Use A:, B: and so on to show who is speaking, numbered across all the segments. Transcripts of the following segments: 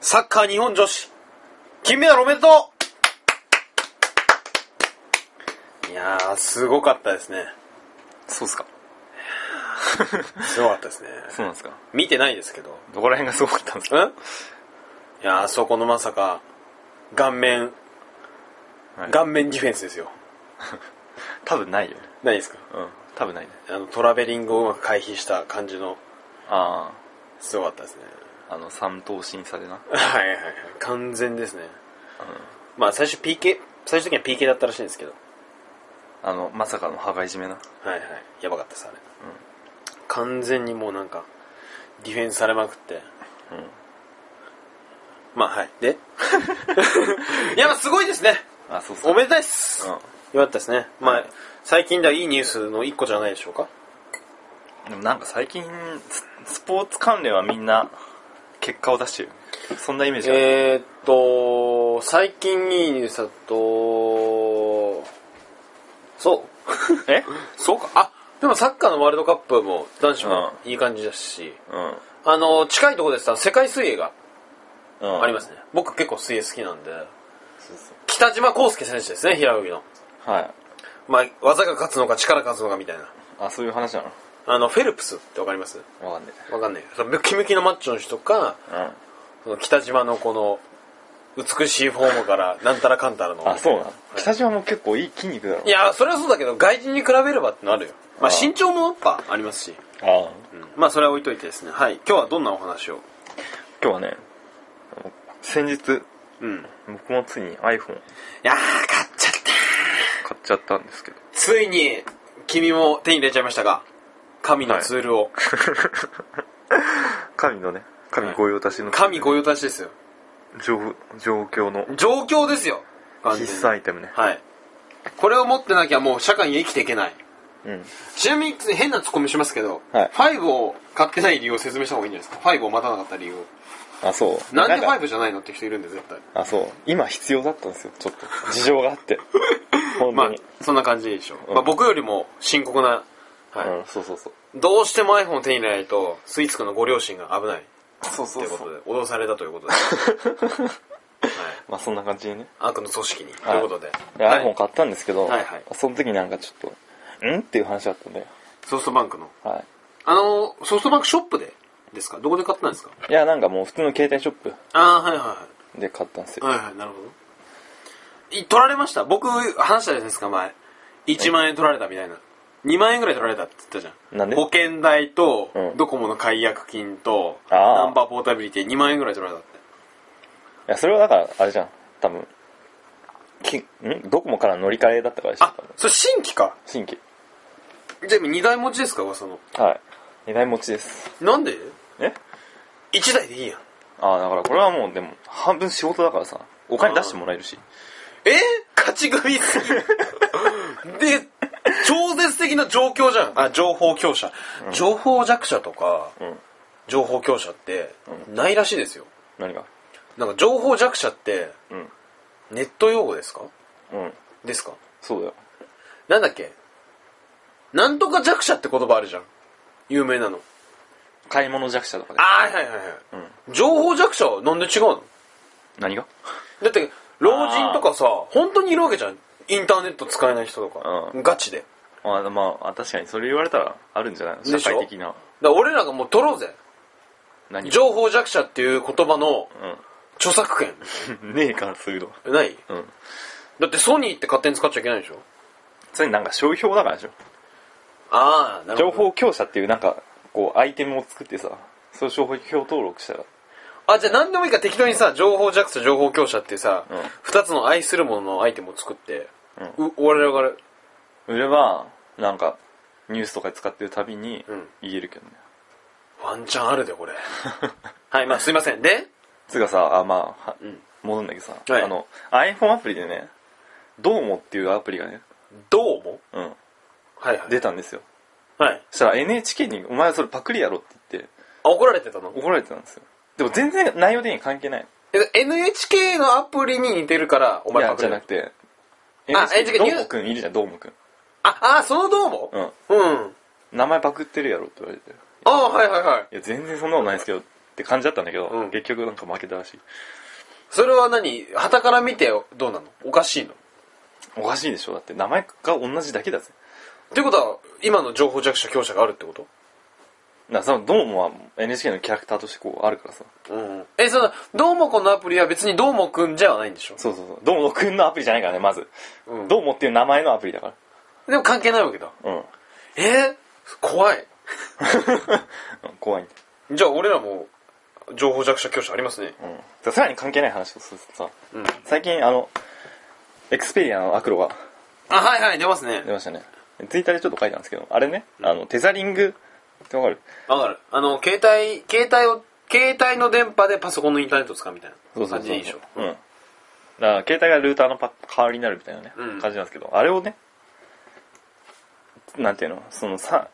A: サッカー日本女子、金メダルおめでとういやー、すごかったですね。
B: そうっすか
A: すごかったですね。
B: そうなんですか
A: 見てないですけど。
B: どこら辺がすごかったんです
A: ん
B: か
A: いやー、あそこのまさか、顔面、
B: はい
A: 顔面ディフェンスですよ。
B: 多分ないよね
A: ないですか
B: うん多分ないね
A: あの、トラベリングをうまく回避した感じの、
B: あ
A: すごかったですね。
B: ああの三等身差でな
A: はいはいはい。完全ですね。まあ、最初 PK、最終的には PK だったらしいんですけど。
B: あのまさかの羽交い締め
A: は
B: な
A: いはいやばかったですあれ、完全にもうなんかディフェンスされまくってまあはいで いやまあすごいですね
B: あそうっすか
A: おめでたいっす、
B: うん
A: よかったですねまあ、
B: はい
A: 最近ではいいニュースの一個じゃないでしょうか
B: でもなんか最近ススポーツ関連はみんな結果を出してるそんなイメージある、
A: えー、っと最近いいニュースだとそう
B: え
A: そうかあでもサッカーのワールドカップも男子もいい感じだし、あの近いところでさ世界水泳が
B: うん、うん、
A: ありますすね僕結構水泳好きなんで北島康介選手ですね平泳ぎの、
B: はい
A: まあ、技が勝つのか力が勝つのかみたいな
B: あそういう話なの
A: あのフェルプスってわかります
B: わかんね
A: わかんないそのムキムキのマッチョの人か
B: えうん
A: その北島のこの美しいフォームからなんたらかんたらの
B: あそうな
A: は
B: の北島も結構いい筋肉だろ
A: いいやそれはそうだけど外人に比べればってなるよ、まあ、
B: ああ
A: 身長もやっぱありますし、
B: ああ
A: うんまあそれは置いといてですねはい今日はどんなお話を
B: 今日はねあの先日
A: うんい
B: 僕もついに iPhone
A: やー買っちゃった
B: 買っちゃったんですけど
A: ついに君も手に入れちゃいましたが神のツールを、
B: 神のね神御用達の、
A: 神御用達ですよ
B: 状状況の
A: 状況ですよ完
B: 必
A: 全に
B: 須アイテムね
A: はいこれを持ってなきゃもう社会に生きていけない
B: うん
A: ちなみに変なツッコミしますけど、
B: はい
A: 5を買ってない理由を説明した方がいいんじゃないですか5を待たなかった理由を
B: あそう
A: なんで
B: か
A: 5じゃないのって人いるんで絶対
B: あそう今必要だったんですよちょっと事情があって 本
A: ま
B: 当
A: あ
B: に、
A: そんな感じでしょう、
B: うん
A: まあ、僕よりも深刻な、はい
B: うんそうそうそう
A: どうしても iPhone を手に入れないとスイーツ君のご両親が危ない
B: そ
A: と
B: うそ
A: いうことで脅されたということで、 はい、
B: まあそんな感じでね
A: 悪の組織に、
B: はい
A: ということで、
B: で
A: はい
B: iPhone 買ったんですけど、
A: はいはい
B: その時なんかちょっとんっていう話だったんだよ
A: ソフトバンクの
B: はい
A: あのソフトバンクショップでですかどこで買ったんですか
B: いやなんかもう普通の携帯ショップ
A: ああはいはいはい
B: で買ったんですよ
A: はいはい、なるほど。い取られました僕、話したじゃないですか、前。1万円取られたみたいな。2万円ぐらい取られたって言ったじゃん。
B: なんで
A: 保険代と、
B: うん
A: ドコモの解約金と、
B: あー
A: ナンバーポータビリティ2万円ぐらい取られたって。
B: いやそれはだからあれじゃん多分きんドコモから乗り換えだったからでしょ
A: あ
B: 多分、
A: それ新規か。
B: 新規
A: じゃあ2台持ちですか、噂の。
B: はい二台持ちです
A: なんで
B: え
A: ?1 台でいいやん。
B: ああだからこれはもうでも半分仕事だからさお金出してもらえるし
A: えー勝ち組すぎるで、超絶的な状況じゃん。あ、情報強者。情報弱者とか、
B: ん
A: 情報強者って、ないらしいですよ。
B: 何が
A: なんか情報弱者って
B: うん
A: ネット用語ですか
B: うん
A: ですか
B: そうだよ
A: なんだっけなんとか弱者って言葉あるじゃん。有名なの。
B: 買い物弱者とかで
A: あーはいはいはい。情報弱者はなんで違うの
B: 何が
A: だって、老人とかさ、本当にいるわけじゃん。インターネット使えない人とか。
B: う
A: ガチで。
B: あーまあ確かにそれ言われたらあるんじゃない
A: でしょ
B: の社会的な
A: だから俺らがもう取ろうぜ。
B: 何が
A: 情報弱者っていう言葉の著作権。
B: うん ねえからするの
A: ない
B: うん
A: だってソニーって勝手に使っちゃいけないでしょ
B: それなんか商標だからでしょ
A: ああ、な
B: 情報強者っていうなんかこうアイテムを作ってさそれ商標登録したら
A: あ、じゃあ何でもいいから適当にさ、情報弱者、情報強者ってさ
B: うん、
A: 二、つの愛するもののアイテムを作って、う我々が、
B: 売ればなんかニュースとかで使ってるたびに
A: うん
B: 言えるけどね、
A: ワンチャンあるで、 これ。はい、まあすいません。で、
B: つうかさあまあは、
A: ん
B: 戻るんだけどさ、
A: はい
B: あの iPhone アプリでねどうもっていうアプリがね、
A: どうも
B: うん、
A: はいはい。
B: 出たんですよ
A: はい。
B: そしたら NHK に「お前はそれパクリやろ」って言って
A: あ、怒られてたの
B: 怒られてたんですよでも全然内容的に関係ない
A: え ?NHK のアプリに似てるから、お
B: い
A: 前
B: や
A: パク
B: じゃ
A: れ
B: なくて
A: あ NHK
B: どーもくんいるじゃんどーもくん
A: あ、あ、そのどうも
B: うん
A: うん。
B: 名前パクってるやろって言われて
A: あはいはいはい。
B: いや全然そんなことないですけどって感じだったんだけど、
A: うん
B: 結局なんか負けたらしい
A: それは何旗から見てどうなのおかしいの
B: おかしいでしょだって名前が同じだけだぜ
A: ってことは今の情報弱者強者があるってこと
B: だからさどうもは NHK のキャラクターとしてこうあるからさ
A: うんえそのどーもこのアプリは別にどーもくんじゃないんでしょ
B: そうそうそうどうもくんのアプリじゃないからねまず、
A: うん
B: どうもっていう名前のアプリだか
A: でも関係ないわけだ
B: らうんうん
A: えー、怖い
B: 怖いんだ
A: じゃあ俺らも情報弱者強者ありますね
B: うんでさらに関係ない話をするとさ、
A: うん
B: 最近あのエクスペリアのアクロが
A: あはいはい出ますね
B: 出ましたねツイッターでちょっと書いたんですけどあれね、あのテザリングってわかる
A: わかるあの携帯携帯を携帯の電波でパソコンのインターネットを使うみたい
B: そ
A: な
B: うそう
A: 感じ
B: そ
A: で
B: う
A: いいでしょ
B: うんだから携帯がルーターのパ代わりになるみたいなね、
A: うん
B: 感じなんですけどあれをねなんていうのそのさ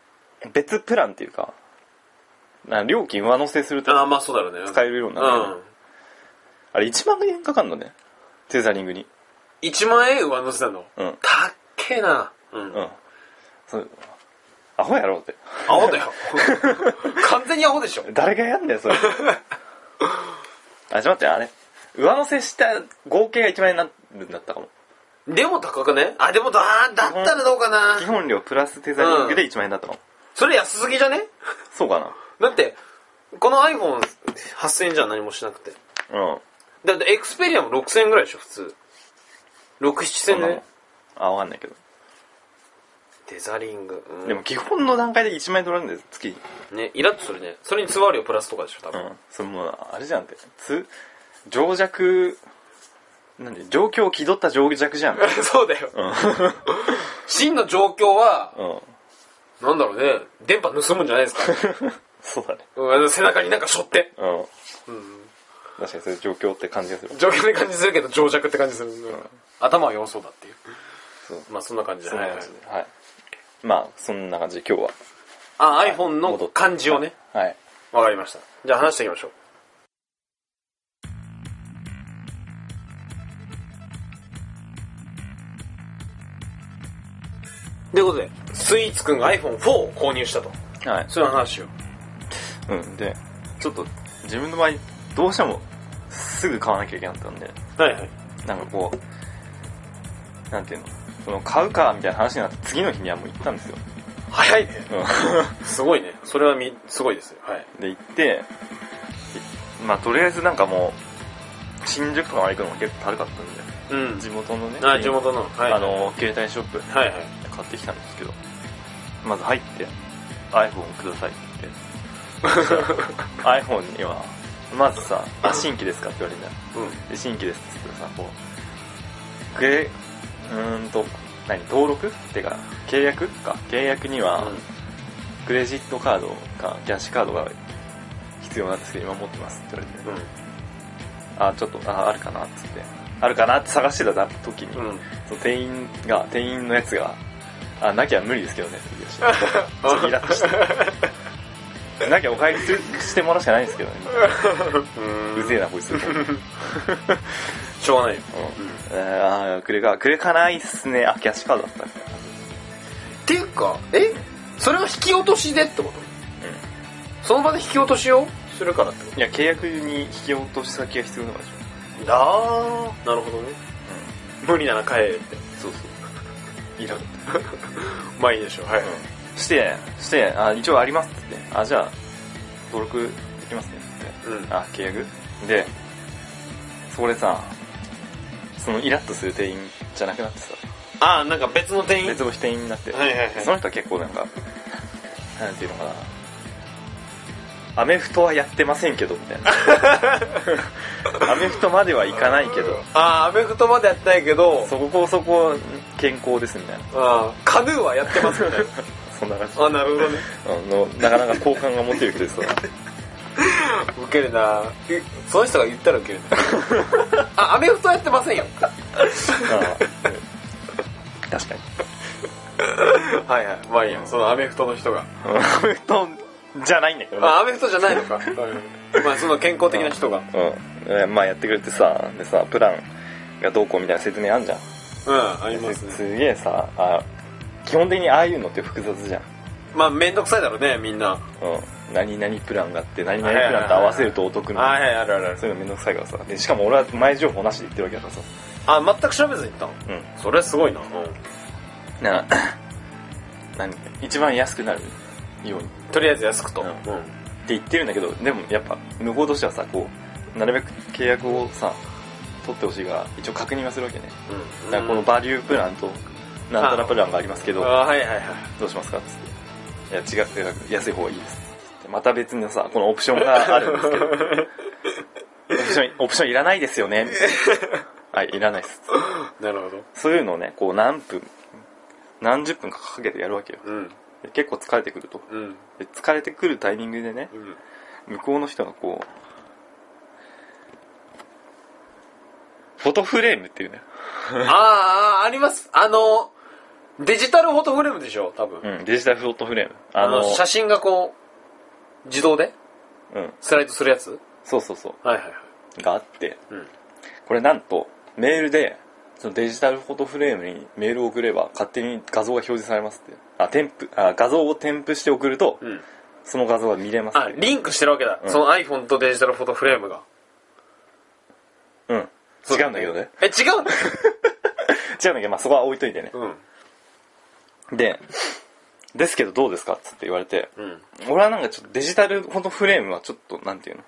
B: 別プランっていうかな料金上乗せすると
A: ああまあそうだろうね
B: 使えるようになるよね、あれ1万円かかるのねテザリングに
A: うん1万円上乗せなの
B: うん
A: たっけえなうん
B: うんそうアホやろって
A: アホだよ完全にアホでしょ
B: 誰がやんだよそれあちょっと待ってあれ上乗せした合計が1万円になるんだったかも
A: でも高くねあでもだだったらどうか
B: 基
A: な
B: 本料プラステザリングで1万円だったかも、
A: それ安すぎじゃね
B: そうかな
A: だってこの iPhone8000 円じゃ何もしなくて
B: うん
A: だってエクスペリアも6000円ぐらいでしょ普通67000
B: そ
A: 円
B: ん
A: で
B: な
A: ね
B: のあわかんないけど、
A: デザリング、うん
B: でも基本の段階で1万円取られるんだよ月に
A: ねイラッとするねそれに通話料プラスとかでしょ多
B: う
A: 分、
B: んそれもうあれじゃんってつ情弱なんで状況を気取った情弱じゃん
A: そうだよ、真の状況は、
B: うん
A: なんだろうね電波盗むんじゃないですか、
B: そうだね
A: うんあの背中になんか背負って
B: うん、確かにそういう状況って感じがする
A: 状況って感じするけど情弱って感じする、頭は弱そうだっていう
B: そう
A: まあそんな感じだ
B: そん
A: ね
B: な感じではいまあそんな感じで今日は
A: あ iPhone の
B: 戻って
A: 漢字をね
B: はい
A: わかりましたじゃあ話していきましょうということでスイーツくんが iPhone4 を購入したと
B: はい
A: そういう話を
B: うんでちょっと自分の場合どうしてもすぐ買わなきゃいけなかったんで
A: はいはい
B: なんかこうなんていうのその買うかみたいな話になって次の日にはもう行ったんですよ、
A: 早いね
B: うん
A: すごいねそれはみすごいですよはい
B: で行っていまあとりあえずなんかもう新宿とかまで行くのも結構軽かったんで
A: うん
B: 地元のね
A: あ地元のはい
B: あの携帯ショップで
A: はいはい
B: 買ってきたんですけどまず入って iPhone くださ いって言って iPhone にはまずさ「あ新規ですか?」って言われるんだよ
A: う
B: で新規ですって言ってさこうくうーんと何登録ってか契約か契約には、
A: ん
B: クレジットカードかキャッシュカードが必要なんですけど今持ってますって言われて、あちょっとああるかなっつってあるかなって探してた時に、
A: うんうん
B: その店員が店員のやつがあなきゃ無理ですけどねって言い出してちょっとイラッとしてなきゃお帰りすしてもらうしかないんですけどねうぜえなこいつ、うん
A: しょうがないよ
B: えーあーくれかくれかないっすねあキャッシュカードだったみたいな
A: っていうかえそれを引き落としでってことその場で引き落としをするからってこ
B: いや契約に引き落とし先が必要なのでし
A: と
B: ょ、
A: だあなるほどね無理なら帰れって
B: そうそうイラッと
A: まあいいでしょうはい、
B: して、して、あ、一応ありますって言って、あ、じゃあ、登録できますねって
A: うん
B: 言って、あ、契約で、そこでさ、そのイラッとする店員じゃなくなってさ、
A: ああなんか別の店員
B: 別の店員になって、
A: はいはいはい
B: その人は結構なんか、なんていうのかな、アメフトはやってませんけど、みた いな。アメフトまではいかないけど、
A: ああアメフトまでやってないけど
B: そこそこ健康ですみたいな。
A: あーカヌーはやってますみたいな
B: そんな感じ。
A: あなるほどね
B: あの、なかなか好感が持てる人 ですわ。
A: ウケるなえその人が言ったらウケるな あアメフトはやってませんよ
B: ああ確かに。
A: はいはいまあいいやそのアメフトの人が
B: アメフトじゃないんだけどね。
A: あアメフトじゃないのかまあその健康的な人が
B: うん。えまあやってくれてさ、でさ、プランがどうこうみたいな説明あんじゃん。
A: うんあります
B: す
A: ね
B: すげえさあ、基本的にああいうのって複雑じゃん。
A: まあ面倒くさいだろうねみんな
B: うん。何々プランがあって何々プランと合わせるとお得みたい
A: い、あるあるあ
B: な。そういうのめんどくさいからさ。で、しかも俺は前情報なしで言ってるわけだからさ。
A: あ、全く調べずに行ったの
B: うん。
A: それすごいな。
B: な 何一番安くなるようにっ
A: とりあえず安くと。
B: うん
A: うん
B: て言ってるんだけどでもやっぱ向こうとしてはさこうなるべく契約をさ取ってほしいが一応確認はするわけねだからこのバリュープランとなんたらプランがありますけ
A: あ
B: ど
A: はいはいはい。
B: どうしますかっつっていや違って安い方がいいですって言ってまた別のさこのオプションがあるんです けどオプションオプションいらないですよねはいいらないです
A: なるほど。
B: そういうのをねこう何分何十分かかけてやるわけよ
A: うん。
B: で結構疲れてくると
A: うん。
B: で疲れてくるタイミングでね
A: うん。
B: 向こうの人がこうフォトフレームっていうね
A: あーあー、あります。あの、デジタルフォトフレームでしょ、多分。
B: うんデジタルフォトフレーム
A: あ
B: あの
A: の、写真がこう、自動で
B: うん
A: スライドするやつ
B: そうそうそ
A: はいはいはい。
B: うがあって
A: うん。
B: これなんとメールでそのデジタルフォトフレームにメールを送れば勝手に画像が表示されますってあ添付あ画像を添付して送ると
A: うん。
B: その画像が見れます
A: あ、リンクしてるわけだ。
B: うん
A: その iPhone とデジタルフォトフレームが。
B: うん違うんだけどね。
A: え、違うんだ
B: 違うんだけど、まあ、そこは置いといてね
A: うん。
B: でですけどどうですかっつって言われて
A: うん。
B: 俺はなんかちょっとデジタルフォトフレームはちょっとなんていうの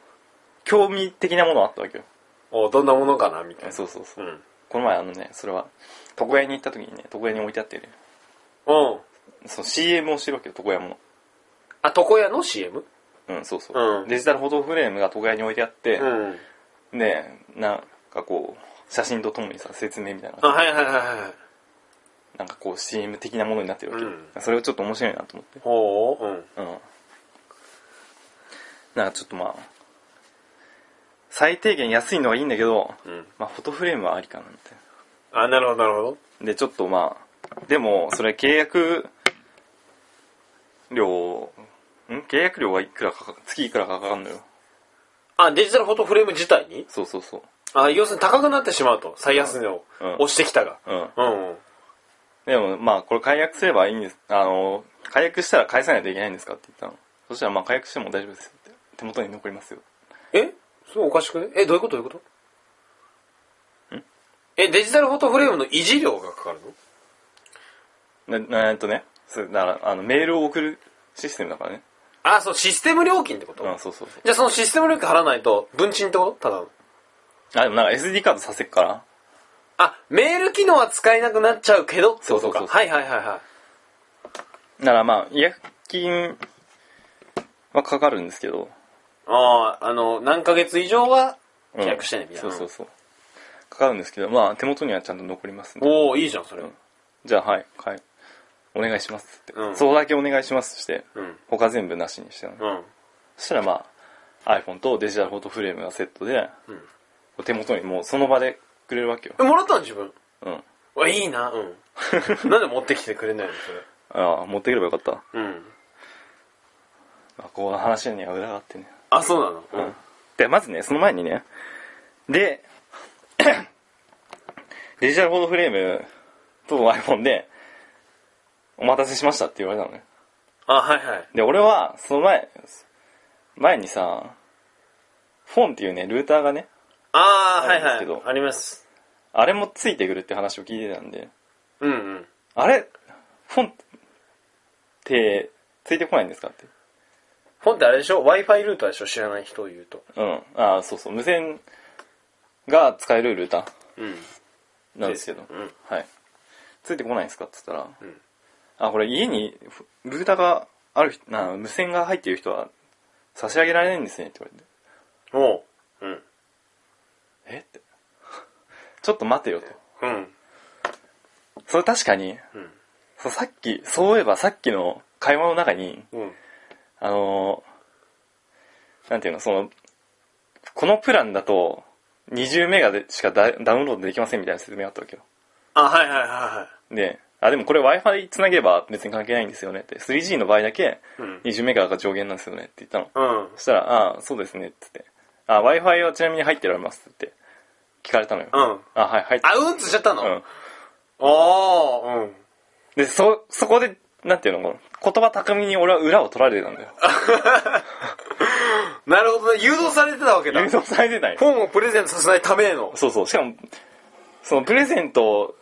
B: 興味的なものあったわけよ
A: おどんなものかなみたいな。。
B: そうそうそううんこの前あのねそれは床屋に行った時にね床屋に置いてあってね
A: うん。
B: その CM をしてるわけよ床屋も
A: あ、床屋の CM?
B: のうんそうそう、
A: うん
B: デジタルフォトフレームが床屋に置いてあって、
A: うん。
B: ねなんかこう写真とともにさ説明みたい
A: あ、
B: な
A: はいはいはいはい。
B: なんかこう CM 的なものになってるわけよ、
A: う
B: それをちょっと面白いなと思って
A: ほううん。
B: うんなんかちょっとまあ最低限安いのはいいんだけど、
A: うん
B: まあフォトフレームはありかなみたいな
A: あ、なるほどなるほど。
B: でちょっとまあでもそれ契約料ん契約料はいくらかか月いくらかかるのよ
A: あ、デジタルフォトフレーム自体に
B: そうそうそう
A: あ、要するに高くなってしまうと。最安値を
B: うん
A: 押してきたが。
B: うん
A: うん。うん。
B: でもまあこれ解約すればいいんですあの解約したら返さないといけないんですかって言ったのそしたらまあ解約しても大丈夫ですよって手元に残りますよ
A: えそうおかしくねえ、どういうことどういうことえ、デジタルフォトフレームの維持料がかかるの
B: ななえっとねそうだからあのメールを送るシステムだからね
A: あ、そう、システム料金ってこと
B: うんそうそうそう
A: じゃあそのシステム料金払わないと、分賃ってことただの。
B: あでもなんか SD カードさせっから
A: あ、メール機能は使えなくなっちゃうけどってことか。
B: そうそうそうそう
A: はいはいはいはい。
B: だからまあ違約金はかかるんですけど
A: ああ、あの、何ヶ月以上は
B: うん
A: 契約してね、みたいな。
B: そうそうそうかかるんですけどまあ手元にはちゃんと残りますんで
A: おおいいじゃん、それ。
B: じゃあはいはいお願いしますって、
A: うん
B: そこだけお願いしますして、
A: うん
B: 他全部なしにしてたの
A: うん。
B: そしたらまあ iPhone とデジタルフォトフレームがセットで、
A: ん
B: こう手元にもうその場でくれるわけよ
A: え、もらったの自分。
B: うん
A: わ、いいな。 うん。なんで持ってきてくれないの、そ
B: ああ持ってければよかった
A: れ。うん。
B: あこう話には裏があってね
A: あ、そうなの。う
B: でまずねその前にねで デジタルフォトフレームと iPhone でお待たせしましたって言われたのね
A: あ、はいはい。
B: で俺はその前前にさフォンっていうねルーターがね
A: ああ、は
B: ある
A: い
B: んです
A: は
B: けど
A: い。あります。
B: あれもついてくるって話を聞いてたんで
A: うんうん。
B: あれフォンってついてこないんですかって
A: 本ってあれでしょ ?Wi-Fi ルーターでしょ知らない人を言うと。
B: うんあそうそう無線が使えるルーター
A: うん。
B: なんですけど、
A: うん
B: はいついてこないんですかって言ったら、
A: ん
B: あこれ家にふルーターがある人な無線が入っている人は差し上げられないんですねって言われて
A: おう。うん。
B: えってちょっと待てよと
A: うん。
B: それ確かに、
A: うん
B: そうさっきそういえばさっきの会話の中に
A: うん。
B: あのーなんていうのそのこのプランだと20メガでしかダダウンロードできませんみたいな説明があったわけよ
A: あ、はいはいはいは
B: で、あ、でもこれ Wi-Fi つなげば別に関係ないんですよねって。3G の場合だけ
A: うん
B: 20メガが上限なんですよねって言ったの。
A: い。うん。
B: そしたら、あそうですねって言って。あ、Wi-Fi はちなみに入ってられますって聞かれたのよ。
A: うん。
B: あ、はい、入って
A: あ、うんっつっちゃったの
B: うん。
A: ああ、うん。
B: で、そ、そこでなんていうのこの言葉巧みに俺は裏を取られてたんだよ。
A: なるほどね。誘導されてたわけだ
B: 誘。導されてない。
A: 本をプレゼントさせないためへの。
B: そうそう。しかも、そのプレゼントを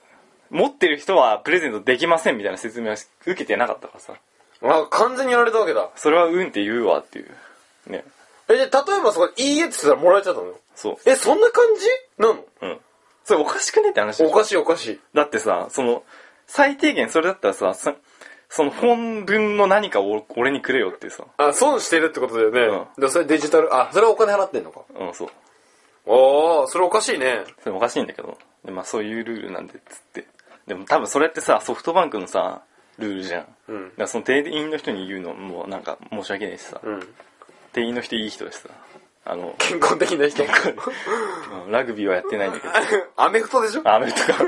B: 持ってる人はプレゼントできませんみたいな説明はし受けてなかったからさ。
A: あ、完全にやられたわけだ。
B: それはうんって言うわっていう。ね。
A: え、で、例えばそこ、いいえって言ったらもらえちゃったのよ。
B: そ
A: え、そんな感じなの
B: う。うん。それおかしくねって話でしょ
A: おかしいおかしい。
B: だってさ、その、最低限それだったらさ、さその本文の何かを俺にくれよってさ。
A: あ、損してるってことだよね。
B: うん
A: だからそれデジタル、あ、それはお金払ってんのか。
B: うん、そう。
A: ああ、それおかしいね。
B: それおかしいんだけど。でまあそういうルールなんで、つって。でも多分それってさ、ソフトバンクのさ、ルールじゃん。
A: うん
B: だからその店員の人に言うのもなんか申し訳ないしさ。
A: うん。
B: 店員の人いい人でさ。あの、
A: 健康的な人。
B: うんラグビーはやってないんだけど。
A: アメフトでしょ
B: アメ フトか。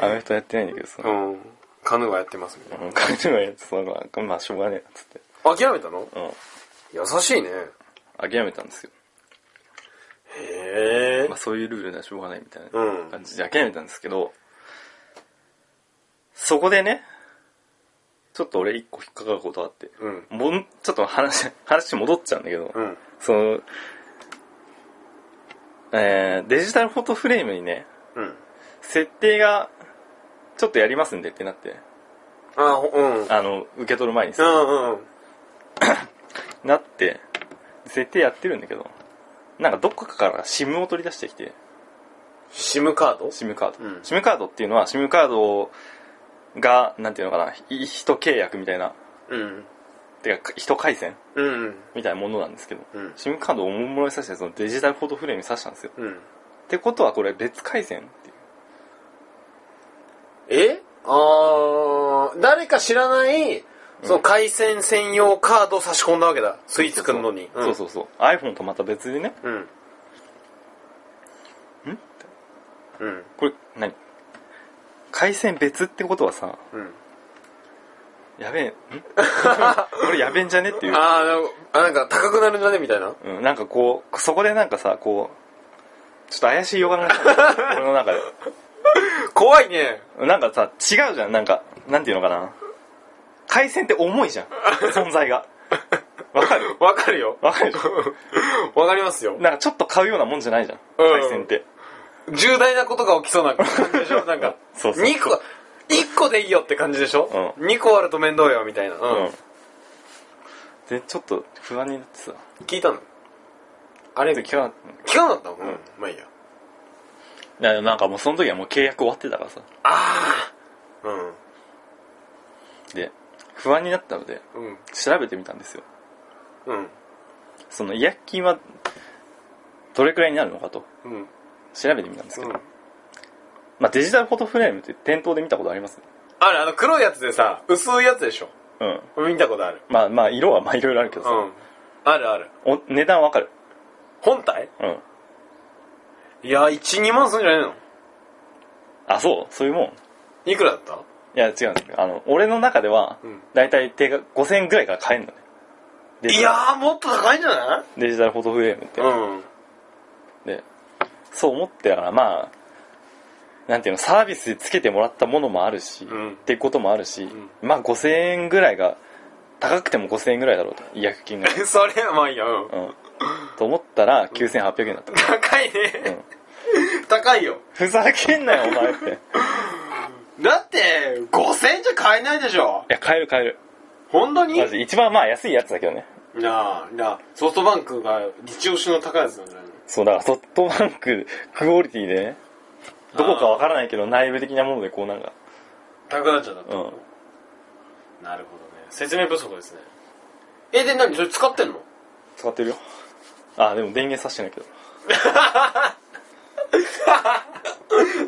B: アメフトやってないんだけどさ。
A: うん。カヌーはやってますみたい
B: うん、彼女がやってたのが、まあしょうがねえな、つって。
A: な。諦めたの
B: うん。
A: 優しいね。
B: 諦めたんですよ。
A: へえ
B: まあ、。そういうルールならしょうがないみたいな
A: うん
B: 感じで諦めたんですけど、そこでね、ちょっと俺一個引っかかることあって、
A: うん。
B: もんちょっと話、話戻っちゃうんだけど、
A: うん。
B: その、えー、デジタルフォトフレームにね、
A: うん。
B: 設定が、ちょっとやりますんでってなって、
A: あ、ほうん。うん
B: あの、受け取る前にさ
A: うんうん。
B: なって、設定やってるんだけど、なんかどっかから SIM を取り出してきて、
A: シムカード
B: SIM カード、
A: うん
B: SIM カードっていうのは SIM カードがなんていうのかな人契約みたいな
A: うん。
B: てか人回線
A: うん。
B: みたいなものなんですけど、
A: うん
B: SIM カードをおもむろに挿してそのデジタルフォトフレームに挿したんですよ
A: うん。
B: ってことはこれ別回線っていう
A: えあー、誰か知らない、その回線専用カードを差し込んだわけだ。スイーツくんのに。
B: そうそうそう iPhone とまた別でね
A: うん。うん。
B: ん
A: うん。
B: これ何回線別ってことはさ
A: うん。
B: やべえん 俺やべえんじゃねっていう、
A: あーなんかあ、なんか高くなるんじゃねみたいな。
B: うん、なんかこうそこでなんかさこうちょっと怪しいよ がなかった俺の中で
A: 怖いね。
B: なんかさ、違うじゃん、なんか、なんていうのかな。回線って重いじゃん、存在が。わかる
A: わかる よ。
B: わかるでし
A: わかりますよ
B: ょ。なんかちょっと買うようなもんじゃないじゃん、
A: うん
B: 回線って。
A: 重大なことが起きそうな感じでしょなんか。
B: そうそう
A: 二個、1個でいいよって感じでしょ
B: う
A: 二個あると面倒よ、みたいな。
B: う
A: うん
B: ん。で、ちょっと不安になってさ、
A: 聞いたのあれ
B: で、今日、
A: 聞かなかったのうん。まあいいや。
B: ななんかもうその時はもう契約終わってたからさ。
A: ああうん。
B: で、不安になったので、
A: うん。
B: 調べてみたんですよ。
A: うん。
B: その違約金は、どれくらいになるのかと、
A: うん。
B: 調べてみたんですけ
A: う
B: ど。
A: ん。
B: まあ、デジタルフォトフレームって店頭で見たことあります
A: あれ、あの黒いやつでさ、薄いやつでしょ
B: うん。
A: 見たことある。
B: まあまあ、色はまあいろいろあるけど
A: う
B: さ、
A: ん。あるある。
B: お値段わかる
A: 本体
B: うん
A: いや、1、2万するんじゃないの
B: あそうそういうもん
A: いくらだった
B: いや違うんだけどあの俺の中では、
A: うん
B: だいたい定価5000円ぐらいから買えるのねデジ
A: いやー、もっと高いんじゃない
B: デジタルフォトフレームって、
A: うん。
B: でそう思ってたからまあなんていうのサービスでつけてもらったものもあるし、
A: うん
B: ってこともあるし、
A: ん
B: まあ5000円ぐらいが高くても5000円ぐらいだろうと違約金が、
A: それはまあいいや、うん。
B: うん、と思ったら9800円だった、
A: 高いね。高いよ。
B: ふざけんなよお前ってい
A: だって、5000円じゃ買えないでしょ。
B: や買える買える
A: 本当に
B: マジ一番まあ安いやつだけどね
A: なあ、なあ、ソフトバンクが一押しの高いやつなんじゃないの
B: そう、だからソフトバンク、クオリティでね、どこかわからないけど、内部的なもので、こうなんか、
A: 高くなっちゃったって
B: う
A: こ
B: ん。
A: となるほどね。説明不足ですね。え、で何それ使ってんの
B: 使ってるよ。あ、でも電源さしてないけど。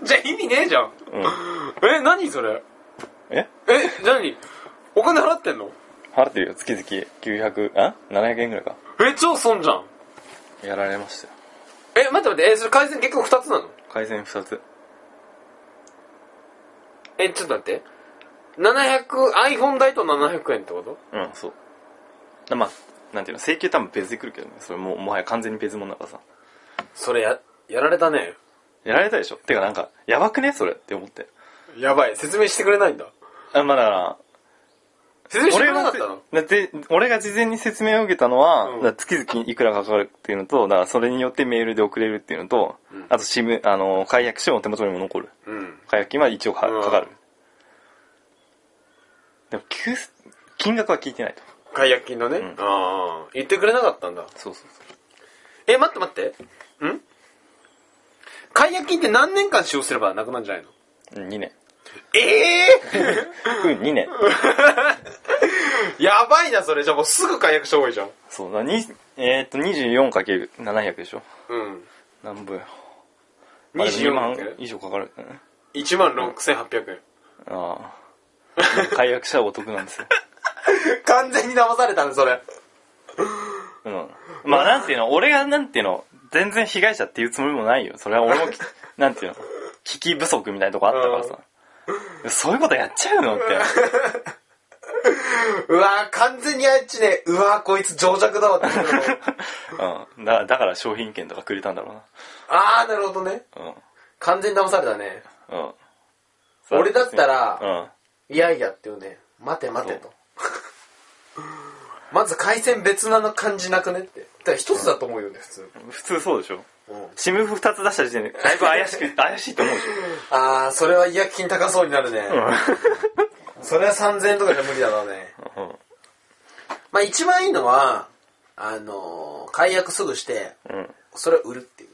A: じゃあ意味ねえじゃん。
B: うん。
A: え、何それ
B: え
A: え、何お金払ってんの
B: 払ってるよ、月々900、あ ?700 円ぐらいか。
A: え、超損じゃん。
B: やられましたよ。
A: え、待って待って、え、それ回線結構2つなの
B: 回線2つ。
A: え、ちょっと待って。700、iPhone 代と700円ってこと
B: うん、そう。だまあ、なんていうの、請求多分別で来るけどね。それもう、もはや完全に別物だからさ。
A: それや、やられたね。
B: やられたでしょてかなんか、やばくねそれって思って。
A: やばい、説明してくれないんだ。
B: あ、まあだから、
A: 説明してく
B: 俺
A: れなか
B: が
A: ったの
B: だって、俺が事前に説明を受けたのは、
A: うん
B: だから月々いくらかかるっていうのと、だからそれによってメールで送れるっていうのと、
A: うん
B: あと、シム、あの、解約しても手元にも残る。
A: うん。
B: 解約金は一応か
A: うん
B: かかる。でも、給付金額は聞いてないと。
A: 解約金のね。
B: ん
A: ああ。言ってくれなかったんだ。
B: そうそうそう。
A: え、待って待って。ん解約金って何年間使用すればなくなるんじゃないの
B: うん2年。
A: ええ
B: うん、2年。
A: ー、 やばいな、それ。じゃあもうすぐ解約した方がいいじゃん。
B: そうだ、にえーっと、24×700 でしょ。
A: うん。
B: なんぼよ。まあでも
A: 24
B: 2
A: 万
B: 万以上かかる。うん
A: 1万6800円。
B: ああ。解約したらお得なんですよ。
A: 完全に騙されたね、それ。
B: うん。まあ、なんていうの、俺がなんていうの、全然被害者っていうつもりもないよ。それは俺も き、なんていうの、危機不足みたいなとこあったからさ。そういうことやっちゃうのって。
A: うわー完全にあっちね。うわーこいつ情弱だ わって。
B: うん。だだから商品券とかくれたんだろ
A: あー、なるほどね。
B: うな。
A: 完全に騙されたね。
B: うん。うん。
A: 俺だったら
B: うん。
A: いやいやっていうね。待て待てと。まず回線別なの感じなくねって。だから一つだと思うよね、普通。
B: 普通そうでしょ。
A: うん。
B: シムフ2つ出した時点で、だいぶ怪し く、怪しいと思うでし
A: あー、それは違約金高そうになるね。それは3000円とかじゃ無理だろうね。
B: ょ。うん。
A: まあ一番いいのは、あのー解約すぐして、
B: うん
A: それを売るっていう。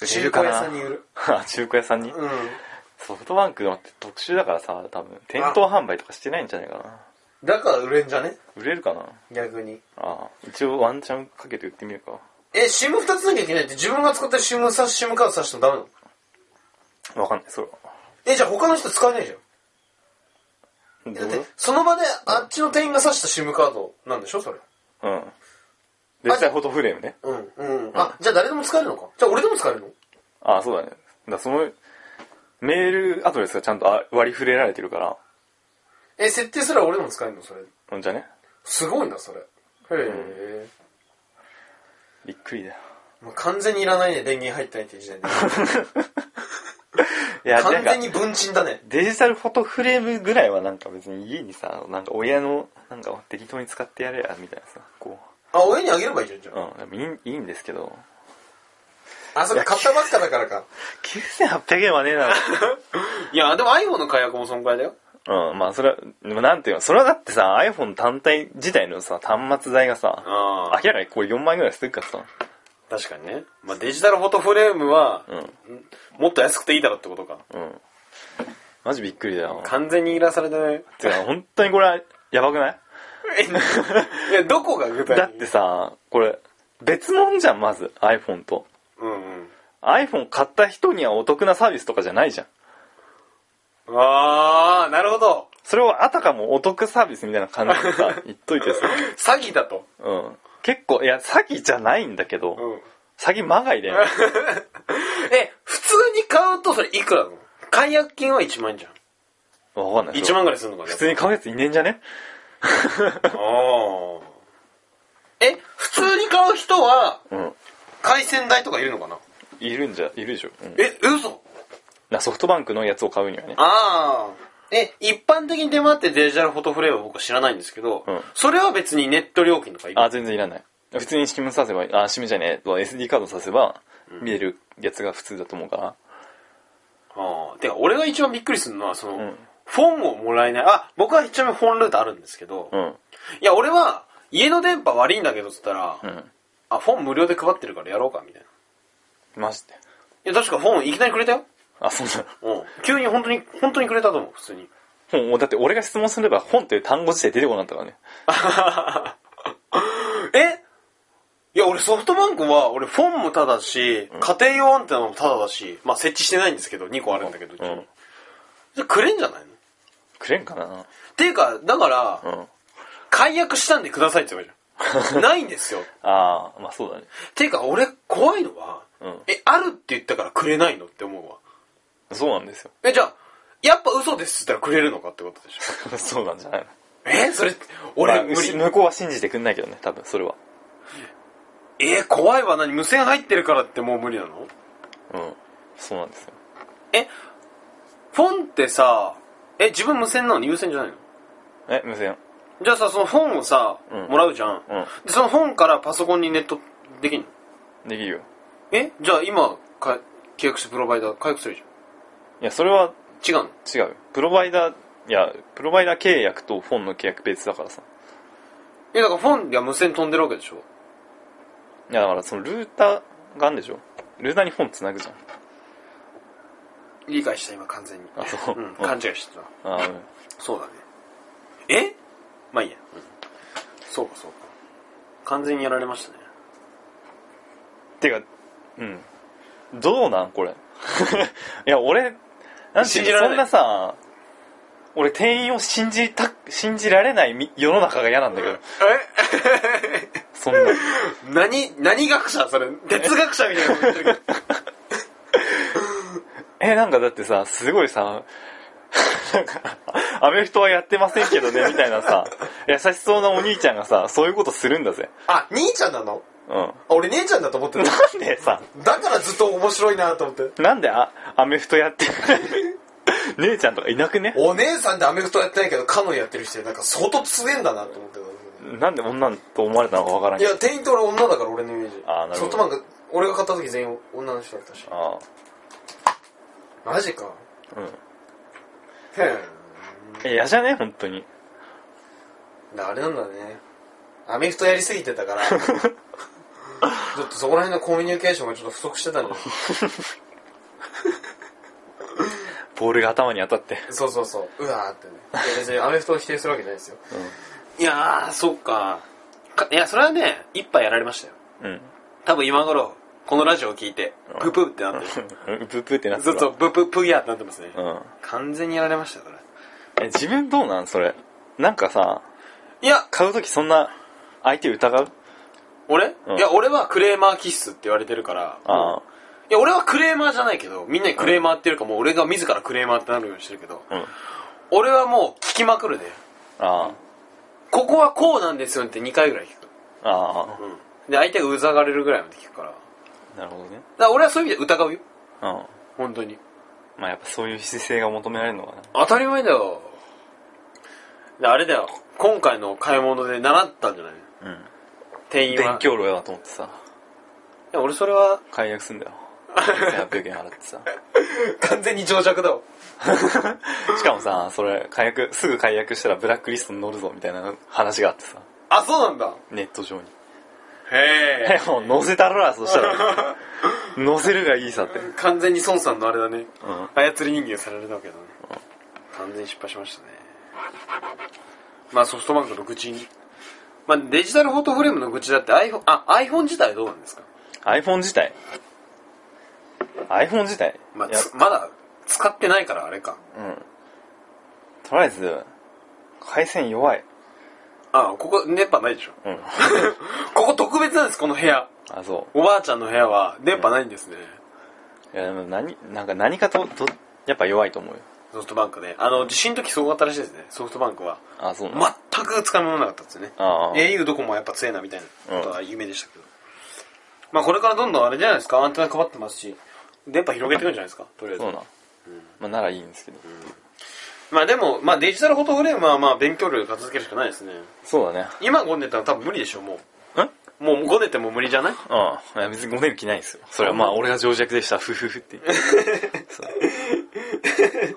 B: 売れ
A: 中
B: るか
A: 古
B: な
A: 屋さんに売る。
B: あ中古屋さんに、
A: うん。
B: ソフトバンクのって特殊だからさ、多分、店頭販売とかしてないんじゃないかな。
A: だから売れんじゃね
B: 売れるかな
A: 逆に。
B: ああ、一応ワンチャンかけて売ってみるか。
A: え、シム二つなきゃいけないって自分が使ってるシムさ、シムカードさしてもダメなの
B: わかんない、それは。
A: え、じゃあ他の人使えないじゃん。
B: どう
A: だって、その場であっちの店員がさしたシムカードなんでしょそれ。
B: うん。実際フォトフレームね。
A: うん、うん。あ、じゃあ誰でも使えるのかじゃあ俺でも使えるの
B: ああ、そうだね。だからその、メールアドレスがちゃんとあ割り振れられてるから、
A: え、設定すら俺でも使えるのそれ。
B: うんじゃね。
A: すごいな、それ。へえ。
B: びっくりだよ。
A: もう完全にいらないね、電源入ってないっていう時点で。
B: いや、な
A: 完
B: んか
A: 全、に文鎮だね。
B: デジタルフォトフレームぐらいはなんか別に家にさ、なんか親の、なんか適当に使ってやれや、みたいなさ、こ
A: あ、親にあげればいいじゃん、じゃ
B: う。うん、でもいいいいんですけど、
A: あ。あ、そっか、買ったばっかだからか。
B: 9800円はねえな。
A: いや、でも iPhone の解約も損壊だよ。
B: うん、まあそれは、でもなんていうの、それはだってさ、iPhone 単体自体のさ、端末代がさ、
A: ああ。
B: 明らかにこれ4万円ぐらいするからさ、
A: 確かにね。まあ、デジタルフォトフレームは、
B: うん、
A: もっと安くていいだろってことか。
B: うん。マジびっくりだよ。
A: 完全にいらされてない。
B: てか、本当にこれ、やばくない
A: え、どこが具体的
B: だってさ、これ、別物じゃん、まず、iPhone と。
A: うんうん。
B: iPhone 買った人にはお得なサービスとかじゃないじゃん。
A: ああ、なるほど。
B: それをあたかもお得サービスみたいな感じで さ、言っといてさ、
A: 詐欺だと。
B: うん。結構、いや、詐欺じゃないんだけど、
A: うん。
B: 詐欺まがいだ よね。
A: え、普通に買うとそれいくらなの解約金は1万円じゃん。
B: わかんない。
A: 1万ぐらいするのかな
B: 普通に買うやついねえんじゃね
A: ああ。え、普通に買う人は、
B: うん。
A: 回線代とかいるのかない
B: るんじゃ、いるでしょ。うん、
A: え、嘘
B: なソフトバンクのやつを買うにはね。
A: ああ。え、一般的に出回ってるデジタルフォトフレームは僕は知らないんですけど、
B: うん
A: それは別にネット料金とかいる
B: あ、全然いらない。普通にシムさせば、あ、シムじゃねえ、SD カードさせば、見えるやつが普通だと思うから。
A: ああ。てか、俺が一番びっくりするのは、その、
B: ん
A: フォンをもらえない。あ、僕は一応フォンルートあるんですけど、
B: うん。
A: いや、俺は、家の電波悪いんだけどっつったら、
B: うん。
A: あ、フォン無料で配ってるからやろうか、みたいな。
B: マジで。
A: いや、確かフォンいきなりくれたよ。
B: あ、そうだ。
A: うん。急に本当に、本当にくれたと思う、普通に。
B: 本、もうだって俺が質問すれば本という単語自体出てこなかったからね。
A: えいや、俺ソフトバンクは、俺フォンもただし、家庭用アンテナもただだし、まあ設置してないんですけど、2個あるんだけど、うちに
B: うん
A: じゃあくれんじゃないのっ
B: くれんかな
A: ていうか、だから、
B: うん。
A: 解約したんでくださいって言えばい いじゃん。ないんですよ。
B: ああ、まあそうだね。
A: ていうか、俺、怖いのは、
B: うん
A: え、あるって言ったからくれないのって思うわ。
B: そうなんですよ。
A: え、じゃあ、やっぱ嘘ですって言ったらくれるのかってことでしょ。
B: そうなんじゃないの
A: え、それ、俺、
B: まあ
A: 無理。
B: 向こうは信じてくんないけどね、多分それは。
A: えー怖いわ、何無線入ってるからってもう無理なの
B: うん。そうなんですよ。
A: え、フォンってさ、え、自分無線なのに有線じゃないの
B: え、無線。
A: じゃあさ、その本をさ、
B: うん
A: もらうじゃん。
B: うん
A: で、その本からパソコンにネットできんの
B: できるよ。
A: えじゃあ今、か契約してプロバイダー解約する
B: いや、それは
A: じゃん。違うの
B: 違うよ。プロバイダー、いや、プロバイダー契約とフォンの契約別だからさ。
A: え、だから本が無線飛んでるわけでしょ
B: いや、だからそのルーターがあるんでしょルーターにフォン繋ぐじゃん。
A: 理解した、今完全に。
B: あ、そう。
A: うん、
B: あ
A: 勘違いしてた。
B: あうん
A: そうだね。えまあいいや。うんそうか、そうか。完全にやられましたね。
B: てか、うん。どうなんこれ。 いや、俺、なんて
A: 信
B: い
A: じ
B: う
A: ら
B: の
A: れ
B: そ
A: なんい
B: なさ、俺店員を信じた、信じられないみ世の中が嫌なん だけど。そんな。
A: 何、何学者それ、哲学者みたいなこと言ってるけど。
B: え、なんかだってさ、すごいさ、 なんか、アメフトはやってませんけどね、みたいなさ、優しそうなお兄ちゃんがさ、そういうことするんだぜ。
A: あ、兄ちゃんなの
B: うん。
A: あ俺姉ちゃんだと思ってた。
B: なんでさ、
A: だからずっと面白いなと思って。
B: なんであアメフトやってる 姉ちゃんとかいなくね
A: お姉さんでアメフトやってないけど、カノンやってる人、なんか相当強えんだなと思ってた。
B: なんで女と思われたのかわからん
A: い
B: けど。
A: や、店員って俺女だから俺のイメージ。
B: あーなるほど
A: ソフトバンク、俺が買った時全員女の人だったし。
B: あ
A: マジか。
B: あ、うん。
A: へ
B: え嫌じゃね本当に。
A: え。あれなんだね。アメフトやりすぎてたから。 ちょっとそこら辺のコミュニケーションがちょっと不足してたん だよ。
B: ボールが頭に当たって。
A: そうそうそう。うわーってね。いや別にアメフトを否定するわけじゃないですよ。いやー、そっかか。いや、それはね、一杯やられましたよ。
B: うん。うん。
A: 多分今頃、このラジオを聞いて、プープーってなってる。
B: ブブってなって
A: ず
B: る
A: っ
B: わ
A: とブープープーやってなってますね。
B: うん。
A: 完全にやられましたよ、これ。
B: え、自分どうなんそれ。なんかさ、
A: いや、
B: 買うときそんな、相手疑う
A: 俺、
B: うん
A: いや、俺はクレーマー気質って言われてるから、
B: あ
A: いや、俺はクレーマーじゃないけど、みんなにクレーマーっていうか、もう俺が自らクレーマーってなるようにしてるけど、
B: あ。うん。
A: 俺はもう聞きまくるね。
B: あ
A: ここはこうなんですよって2回ぐらい聞く。
B: あ。あ
A: うん。で、相手がうざがれるぐらいまで聞くから。だか
B: あ。なるほどね。
A: ら俺はそういう意味で疑うよ。
B: うん。
A: 本当に。
B: まあやっぱそういう姿勢が求められるのかな。
A: 当たり前だよ。で、あれだよ。今回の買い物で習ったんじゃない
B: うん。
A: 店員は。
B: 勉。強路やなと思ってさ、
A: いや、俺それは、
B: 解約す んだよ。1800円払ってさ。
A: 完全に情弱だわ。
B: しかもさ、それ、解約、すぐ解約したらブラックリストに乗るぞみたいな話があってさ、
A: あ、そうなんだ。
B: ネット上に。
A: へ
B: え、もう乗せたろら、そしたら。 乗せるがいいさって。
A: え。完全に孫さんのあれだね。
B: うん。
A: 操り人形されるだけどね。完全に失敗しましたね。まあソフトバンクの愚痴に。まあデジタルフォトフレームの愚痴だって iPhone、あ、iPhone 自体どうなんですか
B: iPhone 自体 iPhone 自体
A: まあ
B: いや
A: つまだ使ってないからあれか。
B: うん。とりあえず、回線弱い。
A: あここ熱波ないでしょ。
B: うん。
A: ここ特別なんです、この部屋。
B: あ、そ
A: おばあちゃんの部屋は電波ないんですね。
B: う。いや、でも何、なんか何かと、ど、やっぱ弱いと思うよ。
A: ソフトバンクね。あの、地震の時すごかったらしいですね、ソフトバンクは。
B: あ、そうなの
A: 全く使い物なかったんですよね。
B: ああ。
A: au どこもやっぱ強いなみたいなことは夢でしたけど、まあこれからどんどんあれじゃないですかアンテナ配ってますし電波広げていくんじゃないですかとりあえず
B: そうなん。まあ、ならいいんですけど。
A: まあでも、まあ、デジタルフォトフレームはまあ勉強量で片付けるしかないですね
B: そうだね。
A: 今5年たら多分無理でしょも
B: んうん。
A: うもう5年ってもう無理じゃない
B: いや、別にごめる気ないですよ。それはまあ、俺が情弱でした。ふふふって。そう。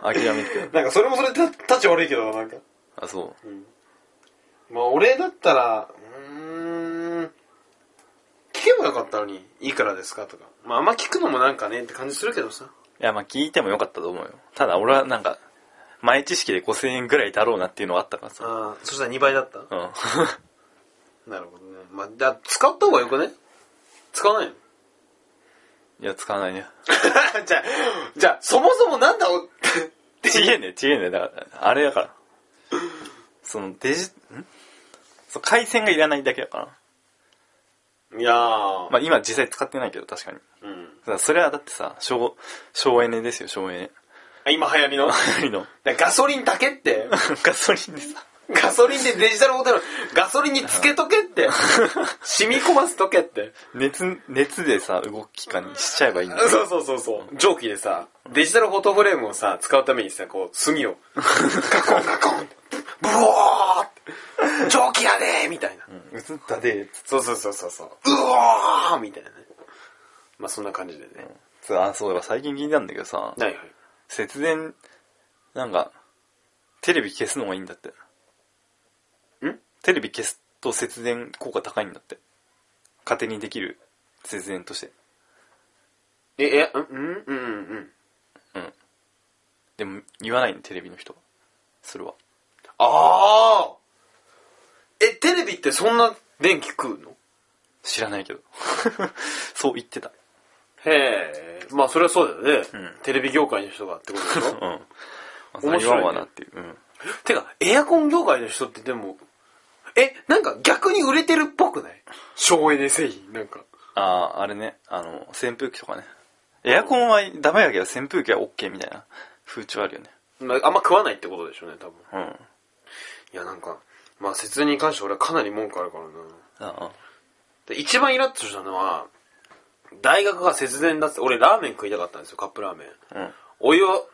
B: 諦めてくれ
A: なんかそれもそれたたち悪いけどなんか
B: あ、そ
A: まあ俺だったらうーん聞けばよかったのにいくらですかとかまああんま聞くのもなんかねって感じするけどさ
B: う。いや、まあ、聞いてもよかったと思うよ。ただ、俺はなんか、前知識で5000円ぐらいだろうなっていうのはあったからさ。
A: ああそしたら2倍だった
B: うん。
A: なるほどね。まあ、じゃあ使った方がよくね使わないの
B: いや、使わないね。
A: じゃあ、じゃあ、そもそもなんだお、
B: ちげえね、ちげえね。だから、あれだから。その、デジ、んそう、回線がいらないだけだから。
A: いやー。
B: まあ、今実際使ってないけど、確かに。
A: うん。
B: だからそれはだってさ、省、省エネですよ、省エネ。
A: あ今流行りの。
B: あ の、
A: ガソリンだけって。
B: ガソリンでさ。
A: ガソリンでデジタルホテル、ガソリンにつけとけ って。染み込ませとけって。
B: 熱、熱でさ、動きかにしちゃえばいいんだよ。
A: そうそうそうそう。蒸気でさ、デジタルフォトフレームをさ、使うためにさ、こう、炭を、ガコンガコンって、ブロきやでみたいな。
B: う
A: 映ったで、そうそうそうそうそう。うおーみたいなね。まあそんな感じでね。
B: そうあそういえば最近気になるんだけどさ
A: はいはい。
B: 節電なんかテレビ消すのがいいんだって
A: ん
B: テレビ消すと節電効果高いんだって家庭にできる節電として
A: え、え、うん、うん、うん、うん。
B: うんでも言わないのテレビの人はそれは
A: ああえ、テレビってそんな電気食うの
B: 知らないけど そう言ってた
A: へえ。まあそれはそうだよね。
B: うん
A: テレビ業界の人がってことでし
B: うん
A: ょ
B: まあそれ
A: 面白いね
B: 言わんわなっていう、うん
A: てか、エアコン業界の人ってでも、え、なんか逆に売れてるっぽくない省エネ製品、なんか。
B: あああれねあの扇風機とかねエアコンはダメだけど扇風機は OK みたいな風潮あるよね
A: まあ、あんま食わないってことでしょうね、多分。
B: うん
A: いや、なんか、まあ、節電に関して俺はかなり文句あるからな。
B: あ
A: で一番イラッとしたのは、大学が節電だっつって、俺ラーメン食いたかったんですよ、カップラーメン。
B: あうん
A: お湯を、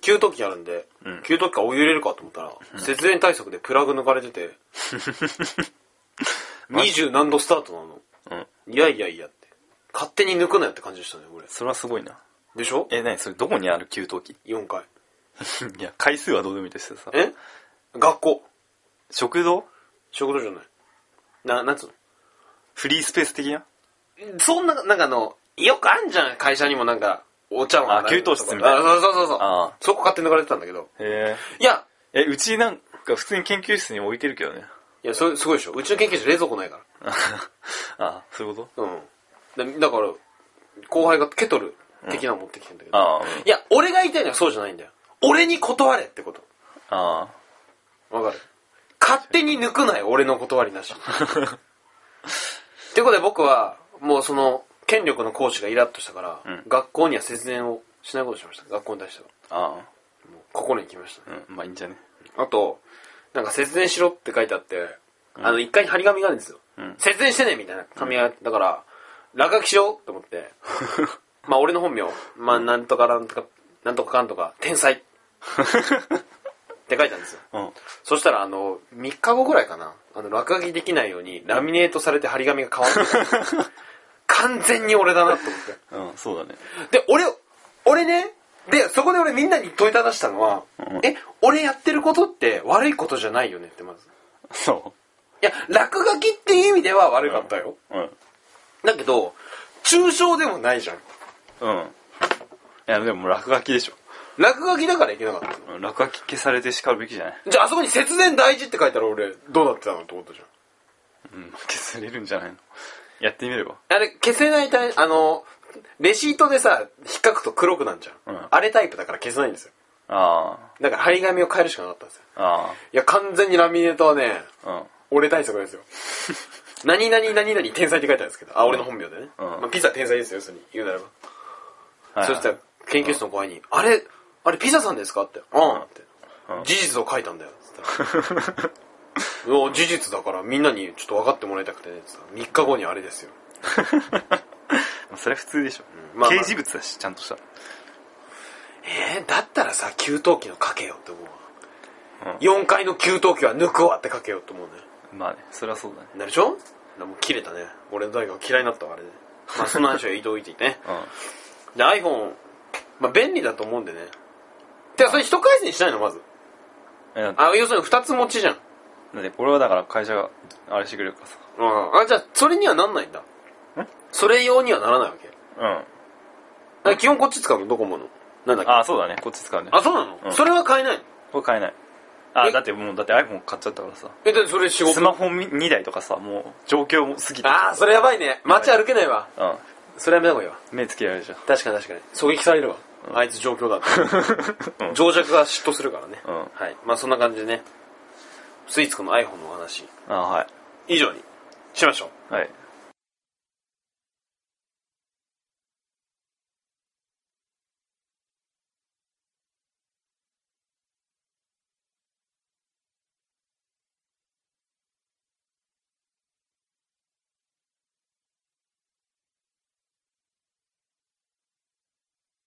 A: 給湯器あるんで、
B: うん
A: 給湯器からお湯入れるかと思ったら、節電対策でプラグ抜かれて て、二十何度スタートなの。
B: うん。
A: いやいやいやって。勝手に抜くなよって感じでしたね、俺。
B: それはすごいな。
A: でしょ
B: え、なにそれどこにある給湯器
A: ?4 回。
B: いや、回数はどうでもいいとしてさ。
A: え学校。
B: 食堂
A: 仕事じゃない。な、なんつうの
B: フリースペース的な
A: そんな、なんかあの、よくあんじゃん、会社にもなんか、お茶碗
B: あ給湯室みたいな
A: あそうそうそうそう。
B: ああ
A: そこ勝手に抜かれてたんだけど。
B: へ
A: いや、
B: え。え、うちなんか普通に研究室に置いてるけどね。
A: いや、それすごいでしょ。うちの研究室冷蔵庫ないか
B: ああ、そういうこ
A: ら。うん。だだから、後輩がケトル的なの持ってきてんだけ
B: と
A: ど。
B: ああ、うん
A: いや、俺が言いたいのはそうじゃないんだよ。俺に断れってこと。
B: あ
A: わかる勝手に抜くなよ、俺の断りなし。ってことで僕は、もうその、権力の行使がイラッとしたから、
B: うん
A: 学校には節電をしないことにしました。学校に対しては。
B: あ、ああ、
A: もう心に決めました。
B: うん、まあいいんじゃね。
A: あと、なんか節電しろって書いてあって、あの、一回に張り紙があるんですよ。
B: うん
A: 節電してねみたいな紙があって、だから、落書きしようと思 って。まあ、俺の本名。まあ、なんとかなんとか、なんとかかんとか、天 才。って書いたんですよ。
B: うん。
A: そしたら、あの、3日後ぐらいかな。あの、落書きできないように、ラミネートされて張り紙が変わってた。 完全に俺だなと思って。
B: うん、そうだね。
A: で、俺、俺ね、で、そこで俺みんなに問いただしたのは、
B: うん
A: え、俺やってることって悪いことじゃないよねってまず。
B: そ
A: いや、落書きっていう意味では悪かったよ。
B: う。うん。
A: だけど、抽象でもないじゃん。
B: うん。いや、でも落書きでしょ。
A: 落書きだからいけなかったの。
B: うん落書き消されて叱るべきじゃない。
A: じゃあ、あそこに節電大事って書いたら俺、どうなってたのってことじゃん。
B: うん、消されるんじゃないの。やってみれば。
A: あれ、消せないタイあの、レシートでさ、引っかくと黒くなんじゃん。
B: うん
A: あれタイプだから消せないんですよ。
B: あ
A: だから張り紙を変えるしかなかったんですよ。
B: あ、あ
A: いや、完全にラミネートはね、
B: あ、うん。
A: 俺対策です よ。何々何々天才って書いてあるんですけど、あ、俺の本名でね。
B: うん
A: まあ、ピザ天才ですよ、要するに。言うならば。
B: はい
A: そしたら、研究室の後輩に、あれ、あれピザさんですかって。うん。って。
B: うん
A: 事実を書いたんだ よ。つって。うわ事実だからみんなにちょっと分かってもらいたくてね。つって3日後にあれですよ。
B: それは普通でしょ、
A: うんまあまあ
B: 刑事物だしちゃんとした
A: えー、だったらさ、給湯器のかけよって思うわ。
B: うん
A: 4階の給湯器は抜くわってかけよって思うね。
B: まあねそれはそうだね
A: なるでしょだからもう切れたね。俺の大学嫌いになったわ、あれね。まあ、その話は移動いていて ね。
B: う
A: で iPhone、まあ、便利だと思うんでねてかそれ一回戦にしないのまず
B: んいやだ
A: あ要するに二つ持ちじゃん
B: ってこれはだから会社があれしてくれるからさ
A: うんあじゃあそれにはなんないんだそれ用にはならないわけだか
B: うん
A: ら基本こっち使うのドコモのなんだっけ
B: ああそうだねこっち使うね
A: あそうなの、
B: うん
A: それは買えないの
B: これ買えないあ
A: え
B: だってもうだって iPhone 買っちゃったからさ
A: えだってそれ仕
B: ス
A: 事
B: マホみ2台とかさもう状況も過ぎて
A: ああそれやばいね街歩けないわ
B: う
A: それやめた方がいいわ
B: ん目つけられるじゃん
A: 確かに確かに狙撃されるわ、あいつ状況だって、
B: うん
A: 情弱が嫉妬するからね、
B: うん
A: はいまあそんな感じでねスイーツくんの iPhone のお話
B: ああはい
A: 以上にしましょう
B: はい